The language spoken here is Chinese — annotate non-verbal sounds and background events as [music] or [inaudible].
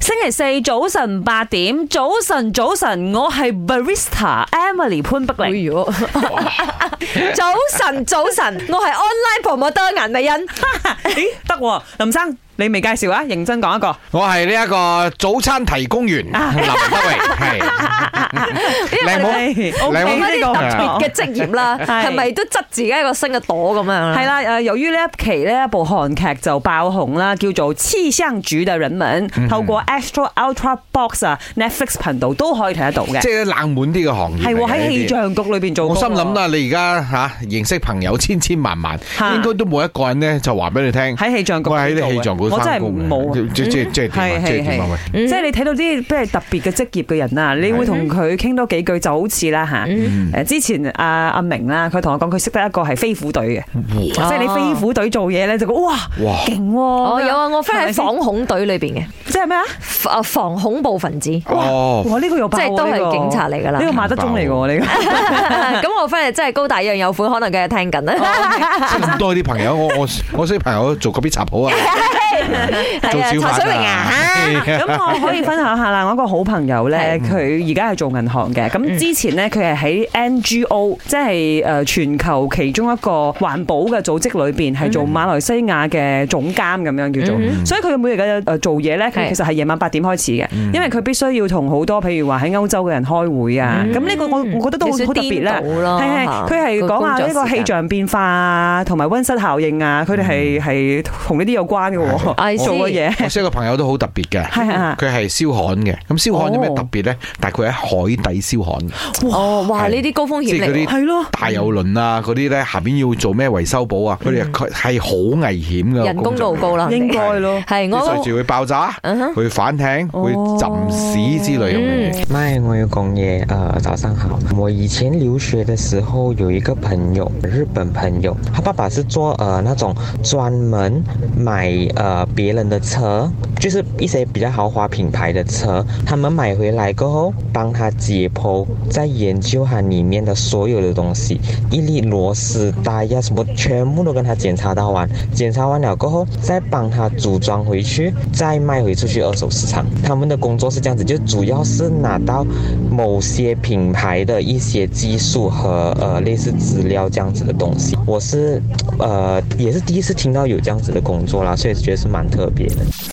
星期四早晨八點，早晨早晨，我係 barista Emily 潘碧哎玲。呦，早晨，早晨，我係 online promoter 顏麗欣。咦，得喎，林生，你未介紹啊？認真講一個，我係呢一個早餐提供員林啊德榮，係 [laughs] 靚妹，係嚟我呢呢啲個特係啊別嘅職業啦，哦係係咪都執自己一個新嘅朵咁樣啊？嗯係啦，誒，由於呢一期呢一部韓劇就爆紅啦，叫做《黐相主嘅人們》，嗯透過 Astro Ultra Box 啊 Netflix 頻道都可以睇得到嘅即。係冷門啲嘅行業嚟嘅。係喎，喺氣呢啲象局裏邊做我工喎。心諗啦，你而家吓認識朋友千千萬萬，嚇應該都冇一個人咧就話俾你聽，喺氣象局我喺啲氣象做股嘅我真翻係工嘅冇啊即即即係點啊？即係點啊？喂即係你睇到啲即係特別嘅職業嘅人啊，嗯你會同佢傾多幾句就好似啦嚇。誒之前阿阿明啦，佢同我講佢識得一個係飛虎隊嘅，即係你飛虎隊做嘢咧就覺得哇哇勁喎。哦，我有啊，我 friend 喺防防恐隊裏邊嘅即係咩啊？防，啊防恐怖分子。 [laughs] 哦， [laughs] 哇呢個又爆喎啊即係都係呢個警察嚟㗎啦呢個馬德鐘嚟㗎喎 [laughs] 呢個。咁我 friend 真係高大一樣有款，可能佢係聽緊啊 [laughs] 啦。識咁多啲朋友，我我我識朋友做嗰啲插鋪啊，做小販茶水榮啊， [laughs] 係咁我可以分享下啦，我一個好朋友咧，佢而家係做嗯銀行嘅。咁之前咧，佢係喺 NGO，即係誒全球其中一個環保嘅組織裏邊，係做馬來西亞嘅總監咁樣叫做。所以佢每日嘅誒做嘢咧，佢係其實嗯係夜嗯晚八點開始嘅，因為佢必須要同好多譬如話喺歐洲嘅人開會啊。咁呢個我嗯我覺得都好好特別啦。係係，佢係講下呢個氣象變化啊，同埋温室效應啊，佢哋係係同呢啲有關嘅喎， [laughs] I see 做嘅嘢。我識一個朋友都好特別嘅，係哦係係佢係燒焊嘅。咁燒焊有咩特別咧？但係佢喺海底燒焊，哦，哇！呢啲高風即險係嗰嚟喎，啲係咯大遊輪啊嗰啲咧，下邊要做咩維修保啊？佢哋佢係好危險嘅嗯人工度 [laughs] 作。高啦，應該咯。係啲水我嗯柱會爆炸，會反艇，會哦浸屎之類咁嘅嘢。麦，我有工业，呃，早上好。我以前留学的时候有一个朋友，日本朋友，他爸爸是做呃那种专门买呃别人的车，就是一些比较豪华品牌的车，他们买回来过后，帮他解剖，再研究它里面的所有的东西，一粒螺丝带呀什么，全部都跟他检查到完，检查完了过后，再帮他组装回去，再卖回出去二手市场。他们的工作是这样子，就主要是拿到某些品牌的一些技术和呃类似资料这样子的东西。我是呃也是第一次听到有这样子的工作啦，所以觉得是蛮特别的。